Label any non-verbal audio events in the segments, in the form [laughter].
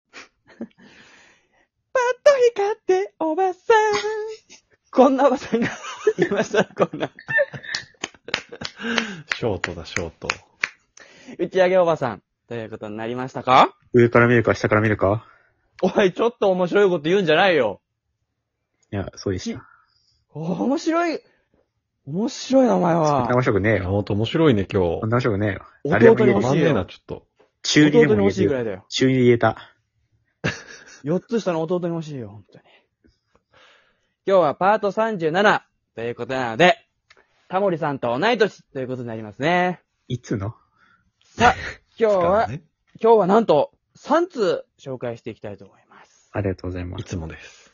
[laughs] こんなおばさんがいま [laughs] したらこんな。ショートだ、ショート。打ち上げおばさん。ということになりましたか上から見るか、下から見るかおい、ちょっと面白いこと言うんじゃないよ。いや、そうでした。お面白い。面白いな、お前そんなは。面白くねえいや、よ。ほんと面白いね、今日そん。な面白くねえよ。誰でも弟に言える欲ましんいねえな、よ。ちょっと。中二弟でにも言え欲てしいぐらる。いだよ。中二で言えた。 4つ下の弟に欲しいよ、本当に。今日はパート37ということなので、タモリさんと同い年ということになりますね。いつのさあ、 [laughs] 今日は、ね、今日はなんと3通紹介していきたいと思います。ありがとうございまいす。つもです。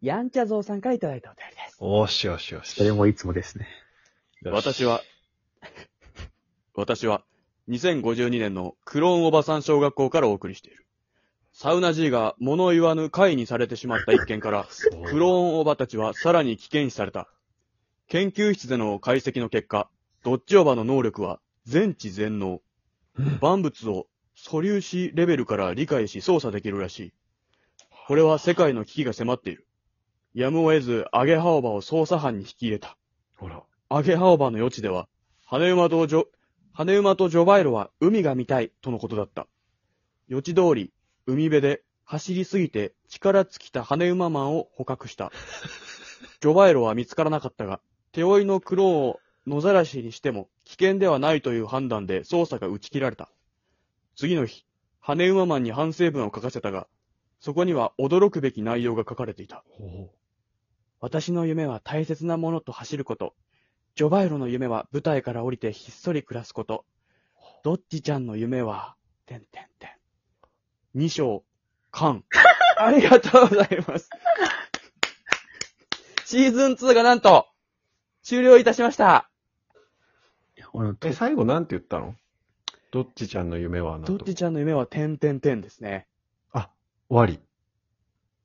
やんちゃぞうさんからいただいたお便りです。おーしよしよし。それもいつもですね。よし、は、私は、2052年のクローンおばさん小学校からお送りしている。サウナ G が物言わぬ会にされてしまった一件から、そうクローンおばたちはさらに危険視された。研究室での解析の結果、ドッチおばの能力は全知全能。万物を素粒子レベルから理解し操作できるらしい。これは世界の危機が迫っている。やむを得ず、アゲハオバを捜査班に引き入れた。ほら。アゲハオバの余地では、羽馬とジョ、羽馬とジョバイロは海が見たいとのことだった。余地通り、海辺で走りすぎて力尽きた羽馬マンを捕獲した。ジョバイロは見つからなかったが、手負いのクローンを野ざらしにしても危険ではないという判断で捜査が打ち切られた。次の日、羽馬マンに反省文を書かせたが、そこには驚くべき内容が書かれていた。ほ私の夢は大切なものと走ること。ジョバイロの夢は舞台から降りてひっそり暮らすこと。ドッジちゃんの夢は、てんてんてん。二章、完。 [laughs] ありがとうございます。シーズン2がなんと、終了いたしました。俺のうえ、最後なんて言ったのどっちちゃんの夢はなドとッジちゃんの夢は、てんてんてんですね。あ、終わり。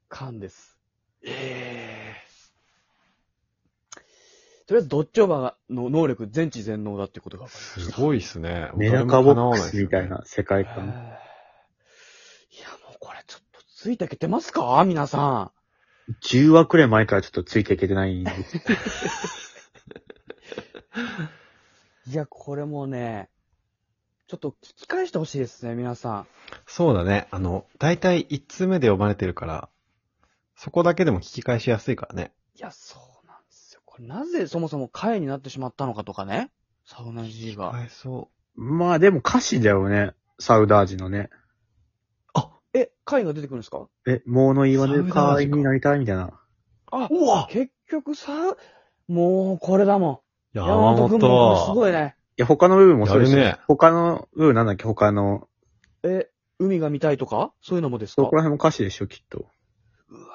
完です。えー。とりあえず、ドッジョバの能力全知全能だってことが分かりましたすごいっすね。メダカボックスみたいな世界いや、観。もうこれちょっとついてきてますか皆さ10話くらい前からちょっとついていけてないんです。 [laughs] ん。いや、これもうね、ちょっと聞き返してほしいですね、皆さそうだね。あの、だいたい1通目で読まれてるから、そこだけでも聞き返しやすいからね。ん。いや、そうなんですよ。これなぜそもそも会になってしまったのかとかね。サウナ G が。返そまあでも歌詞だよね。サウダージのね。え、会が出てくるんですかえ、もうの言わぬサウダー代ジかになりたいみたいな。あう。、うわ結局さ、もうこれだもん。山山本本くんもすごいね。いや、他の部分もそうですやるね他の部分なんだっけ他の。え、海が見たいとかそういうのもですそかこら辺も歌詞でしょ、きっと。うわもう。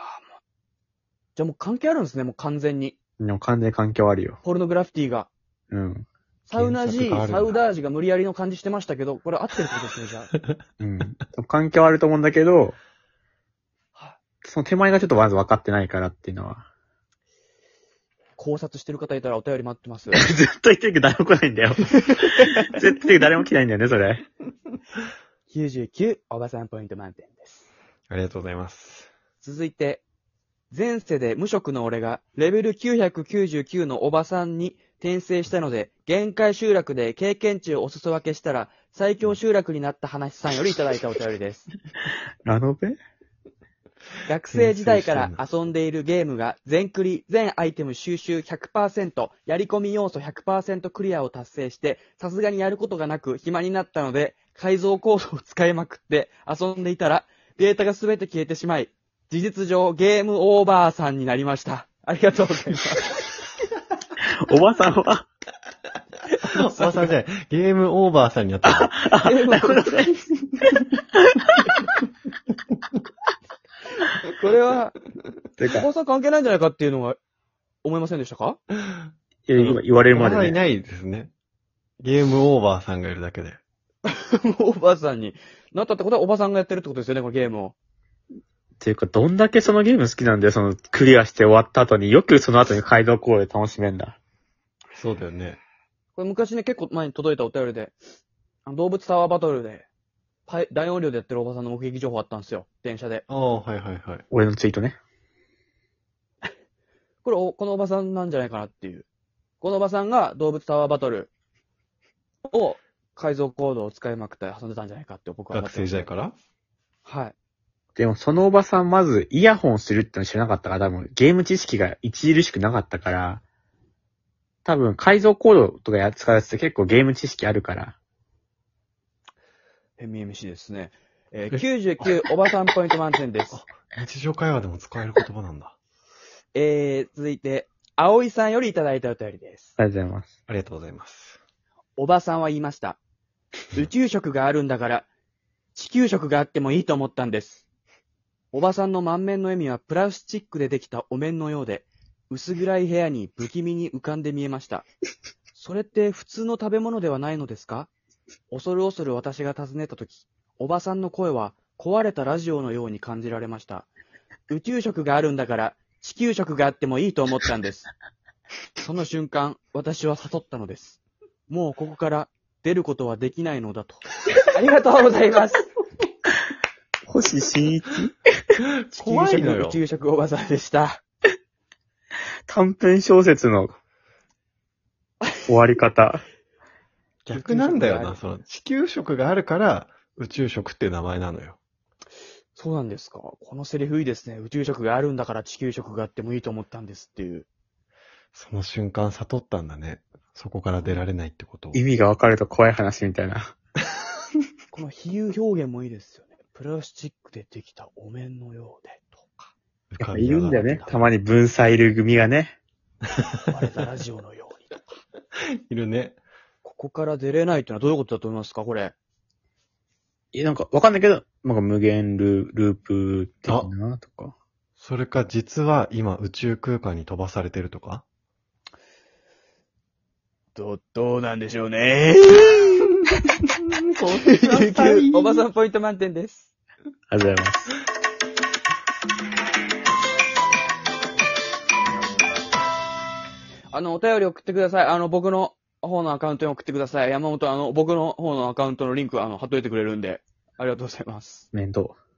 じゃあもう関係あるんですね、もう完全に。でも完全に環境あるよ。ポルノグラフィティが。うん。サウナ G、原作があるんだサウダージが無理やりの感じしてましたけど、これ合ってるってことですね、じゃ [laughs] あ。うん。環境あると思うんだけどはい、その手前がちょっとまず分かってないからっていうのは。考察してる方いたらお便り待ってます。ずっと言ってるけど誰も来ないん [laughs] だよ。ずっと誰も来ないんだよね、それ。 99、おばさんポイント満点です。ありがとうございます。 [laughs] 続いて、前世で無職の俺が、レベル999のおばさんに転生したので、限界集落で経験値をお裾分けしたら、最強集落になった話さんよりいただいたお便りです。ラノベ学生時代から遊んでいるゲームが全クリ、全アイテム収集100%、やり込み要素100%クリアを達成して、さすがにやることがなく暇になったので、改造コードを使いまくって遊んでいたら、データが全て消えてしまい、事実上ゲームオーバーさんになりました。ありがとうございます。おばさんは、おばさんじゃない、ゲームオーバーさんになったの。ゲームオーバー [laughs] これは、ておか、ばさん関係ないんじゃないかっていうのは、思いませんでしたかいや今言われるままでだいね。ないですね。ゲームオーバーさんがいるだけで。 [laughs] おばさんになったってことはおばさんがやってるってことですよね、このゲームを。っていうか、どんだけそのゲーム好きなんだよ、その、クリアして終わった後に、よくその後に街道公演楽しめんだ。そうだよね。これ昔ね、結構前に届いたお便りで、あの動物タワーバトルで、パイ大音量でやってるおばさんの目撃情報あったんですよ。電車で。ああ、はいはいはい。俺のツイートね。ここれお、このおばさんなんじゃないかなっていう。このおばさんが動物タワーバトルを改造コードを使いまくって遊んでたんじゃないかって僕は思学ってま生す時代からはい。でも、そのおばさん、まず、イヤホンするっての知らなかったから、多分、ゲーム知識が著しくなかったから、多分、改造コードとかや使うやつって結構ゲーム知識あるから。 MEMC ですね。えー、99おばさんポイント満点です。 [laughs] 日常会話でも使える言葉なんだ。えー、続いて、葵さんよりいただいたお便りです。ありがとうございます。ありがとうございます。おばさんは言いました。宇宙食があるんだから、地球食があってもいいと思ったんです。おばさんの満面の笑みはプラスチックでできたお面のようで、薄暗い部屋に不気味に浮かんで見えました。それって普通の食べ物ではないのですか恐る恐る私が尋ねたとき、おばさんの声は壊れたラジオのように感じられました。宇宙食があるんだから、地球食があってもいいと思ったんです。その瞬間、私は悟ったのです。もうここから出ることはできないのだと。 [laughs] ありがとうございます。星新一怖いのよ宇。宙食おばさんでした。短編小説の終わり方。逆なんだよな、その、地球食があるから、宇宙食っていう名前なのよ。そうなんですか。このセリフいいですね。宇宙食があるんだから地球食があってもいいと思ったんですっていう。その瞬間悟ったんだね。そこから出られないってことを。意味がわかると怖い話みたいな。この比喩表現もいいですよね。プラスチックでできたお面のようでとか、浮やっかぱびい上るがんっだてよね。たたまに分散いる組がね。割れたラジオのようにとか。いるね。ここから出れないってのはどういうことだと思いますかこ [laughs] れ。え、なんかわかんないけど、なんか無限ルループ的なとか。それか、実は今宇宙空間に飛ばされてるとかど、どうなんでしょう [laughs] ね。なさいおばさんポイント満点です。ありがとうございます。あの、お便り送ってください。あの、僕の方のアカウントに送ってください。山本、あの、僕の方のアカウントのリンク、あの、貼っといてくれるんで、ありがとうございます。面倒。